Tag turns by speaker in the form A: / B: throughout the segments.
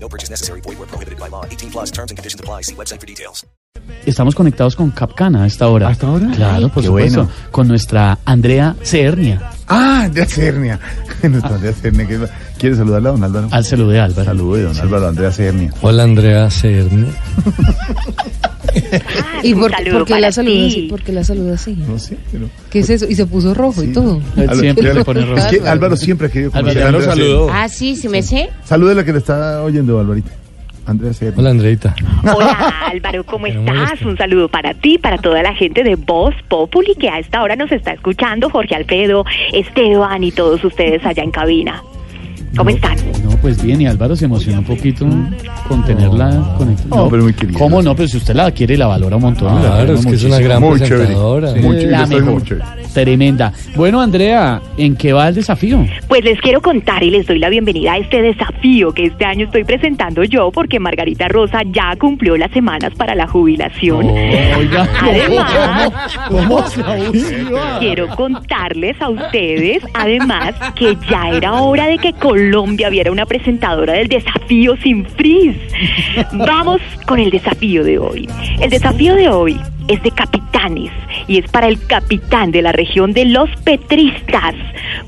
A: No purchase necessary. Void where prohibited by law. 18 plus terms and conditions apply. See website for details.
B: Estamos conectados con Capcana a esta hora.
C: ¿Hasta ahora?
B: Claro,
C: Ay,
B: por
C: qué
B: supuesto.
C: bueno.
B: Con nuestra Andrea Cernia.
C: Ah, de Acernia. Nuestra Andrea Cernia. que- ¿Quiere saludarla, don Álvaro?
B: Al saludo de Álvaro.
C: Salude, don Álvaro, Andrea Cernia.
D: Hola Andrea Cerny.
E: ¿Y por,
F: saludo
E: por qué
F: para
E: la saluda
F: ti.
E: así? ¿Por qué la saluda así?
C: No sé, pero...
E: ¿Qué es eso? Y se puso rojo y todo.
B: Él siempre le pone
C: Es
B: rojo.
C: que Álvaro siempre ha querido
B: Álvaro,
C: conocer
B: ya
C: a
B: lo
C: Andrea
D: saludó.
C: Cernia.
G: Ah, sí, sí me sé.
C: Salude a la que le está oyendo, Alvarito. Andrea Cernia.
D: Hola Andreita.
F: Hola Álvaro, ¿cómo
D: Que no moleste.
F: estás? Un saludo para ti, para toda la gente de Voz Populi que a esta hora nos está escuchando, Jorge Alfredo, Esteban y todos ustedes allá en cabina. ¿Cómo están?
B: No, pues bien, y Álvaro se emocionó un poquito con tenerla conectada.
C: Oh, pero muy querida.
B: ¿Cómo no? Pero si usted la quiere, la valora un montón. la valora
D: Claro, es que es una
B: Ah, muchísimo.
D: gran
C: Muy chévere.
D: presentadora. ¿eh?
C: Sí. Muy chévere,
B: la
C: está haciendo
B: mejor.
C: muy chévere.
B: Tremenda. Bueno, Andrea, ¿en qué va el desafío?
F: Pues les quiero contar y les doy la bienvenida a este desafío que este año estoy presentando yo porque Margarita Rosa ya cumplió las semanas para la jubilación.
B: Oiga,
F: Además-
B: ¿cómo, cómo se abusiva?
F: Quiero contarles a ustedes, además, que ya era hora de que Colombia viera una presentadora del desafío sin frizz. Vamos con el desafío de hoy. El desafío de hoy es de capitanes y es para el capitán de la región de los petristas.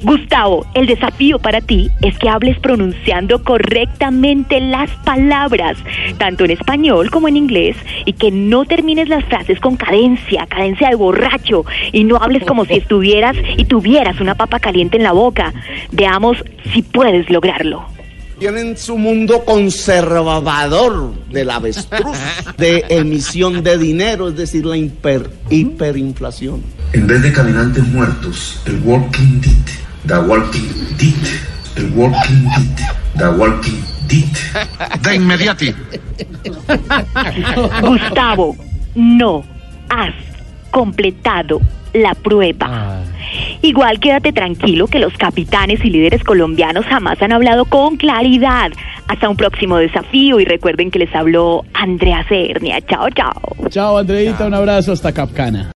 F: Gustavo, el desafío para ti es que hables pronunciando correctamente las palabras, tanto en español como en inglés, y que no termines las frases con cadencia, cadencia de borracho, y no hables como si estuvieras y tuvieras una papa caliente en la boca. Veamos si puedes lograrlo.
H: Tienen su mundo conservador del avestruz, de emisión de dinero, es decir, la hiper- hiperinflación.
I: En vez de caminantes muertos, el Walking Dead, The Walking Dead, el Walking Dead, The Walking Dead. De inmediati.
F: Gustavo, no has completado la prueba.
B: Ah,
F: Igual quédate tranquilo que los capitanes y líderes colombianos jamás han hablado con claridad. Hasta un próximo desafío y recuerden que les habló Andrea Cernia. Chao, chao.
B: Chao, Andreita, un abrazo hasta Capcana.